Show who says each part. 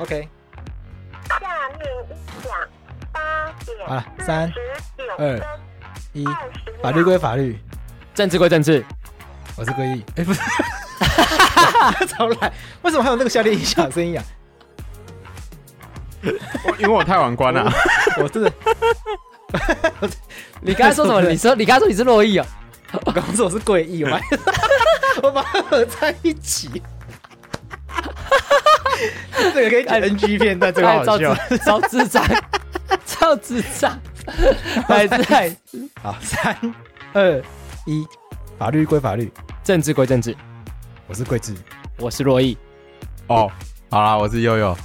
Speaker 1: OK，
Speaker 2: 下面音响八点
Speaker 1: 好了，三
Speaker 2: 十九
Speaker 1: 二
Speaker 2: 分
Speaker 1: 一，
Speaker 2: 二十
Speaker 1: 法律归法律，
Speaker 3: 政治归政治，
Speaker 1: 我是归义，哎、不是， 超懒，为什么还有那个夏天音响的声音啊？
Speaker 4: 因为我太晚关了。
Speaker 1: 我真的，
Speaker 3: 你刚才说 什么？你说你刚才说你是洛伊哦，
Speaker 1: 我刚说我是贵义，我把 我把它合在一起。 这个可以剪 NG 片段，这个
Speaker 3: 哎
Speaker 1: 好
Speaker 3: 超
Speaker 1: 笑。
Speaker 3: 智超智障， 超智 障，来来，
Speaker 1: 好，三二一，法律归法律，
Speaker 3: 政治归政治，
Speaker 1: 我是桂智。
Speaker 3: 我是洛伊。
Speaker 4: 哦，好啦，我是悠悠。